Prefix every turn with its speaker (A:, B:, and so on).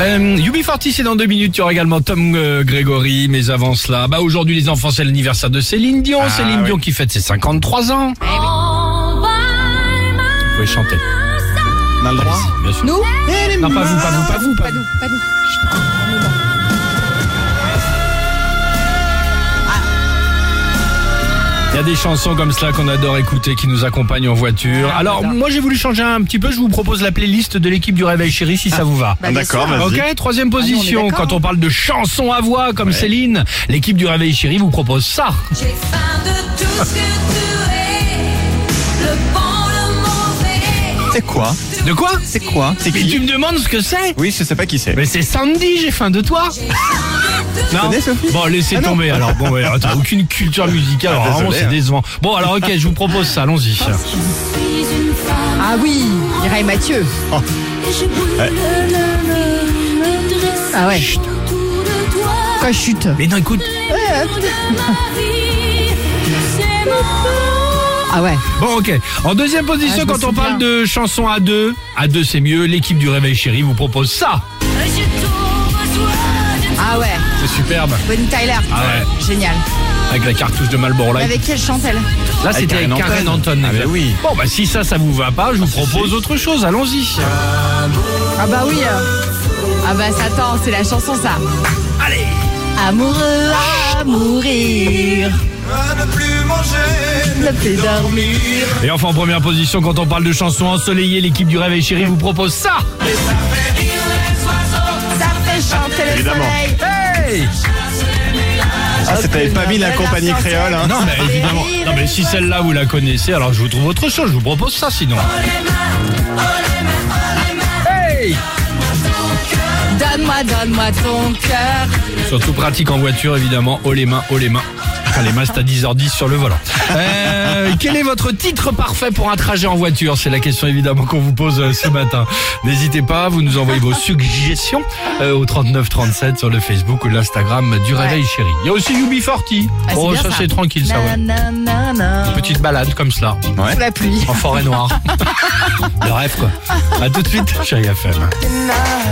A: Euh, UB40, c'est dans deux minutes. Il y aura également Tom euh, Grégory, mais avant cela, bah aujourd'hui les enfants, c'est l'anniversaire de Céline Dion.
B: Ah,
A: Céline
B: oui.
A: Dion qui fête ses 53 ans. Vous pouvez chanter.
B: On a le droit.
A: Merci, bien sûr.
C: Nous
A: Non, pas vous, pas vous, pas vous, pas
C: Pas nous, pas nous.
A: Il y a des chansons comme cela qu'on adore écouter, qui nous accompagnent en voiture.
C: Ah,
A: Alors, moi, j'ai voulu changer un petit peu. Je vous propose la playlist de l'équipe du Réveil Chéri, si ça vous va.
C: Bah, bien
B: Ah, D'accord,
C: sûr.
B: vas-y.
A: Ok,
C: Ah
A: troisième position.
C: d'accord. hein.
A: Quand on parle de chansons à voix comme Céline, l'équipe du Réveil Chéri vous propose ça.
D: J'ai faim de tout ce que tu es, le bon, le mauvais.
B: C'est quoi
A: De quoi
B: C'est quoi C'est
A: Mais tu
B: qui
A: me demandes ce que c'est
B: Oui, je sais pas qui c'est.
A: Mais c'est Sandy, j'ai faim de toi. Non.
B: connais, Sophie
A: Bon, laissez
B: Ah non.
A: tomber. Alors bon, ouais, attends, aucune culture musicale. Alors,
B: désolé,
A: vraiment, c'est
B: hein.
A: décevant. Bon, alors ok, je vous propose ça. Allons-y.
C: Ah oui, Mireille Mathieu. Ah ouais. Quand je chute.
A: Mais non, écoute.
C: Ah ouais.
A: Bon, ok. En deuxième position,
C: Ah, je me
A: quand on parle
C: souviens.
A: de chansons à deux, à deux c'est mieux. L'équipe du Réveil Chéri vous propose ça.
C: Ah ouais.
A: C'est superbe.
C: Bonnie Tyler.
A: Ah ouais.
C: Génial.
A: avec la cartouche de Marlboro Light.
C: Avec qui elle chante elle
A: Là, c'était avec
B: Karen Anton.
A: Karen Anton.
B: Ah, bah oui.
A: Bon, bah si ça, ça vous va pas, je vous propose autre chose. Allons-y.
C: Ah bah oui. euh. Ah bah ça attend, c'est la chanson ça.
A: Allez.
C: Amoureux à mourir. Ne plus dormir.
A: Et enfin, en première position, quand on parle de chansons ensoleillées, l'équipe du Réveil Chéri vous propose ça.
C: Ça fait chanter le
B: Évidemment.
C: soleil.
A: Hey
B: Ah, c'est- t'avais pas mis la compagnie créole, hein
A: non, mais évidemment. Non, mais si celle-là vous la connaissez, alors je vous trouve autre chose. Je vous propose ça sinon. Hey
C: Donne-moi, donne-moi ton cœur.
A: Surtout pratique en voiture, évidemment. Oh les mains, oh les mains. Enfin, les mains, c'est à 10h10 sur le volant. Euh, quel est votre titre parfait pour un trajet en voiture C'est la question évidemment qu'on vous pose euh, ce matin. N'hésitez pas, vous nous envoyez vos suggestions euh, au 3937 sur le Facebook ou l'Instagram du Réveil Chéri. Il y a aussi UB40.
C: Ah, c'est
A: oh,
C: bien
A: ça,
C: ça.
A: c'est tranquille, ça. ouais.
C: Na, na, na, na.
A: Petite balade comme cela,
B: Ouais.
C: Sous la pluie.
A: en forêt noire. le rêve, quoi. À tout de suite, chérie FM.
C: Na.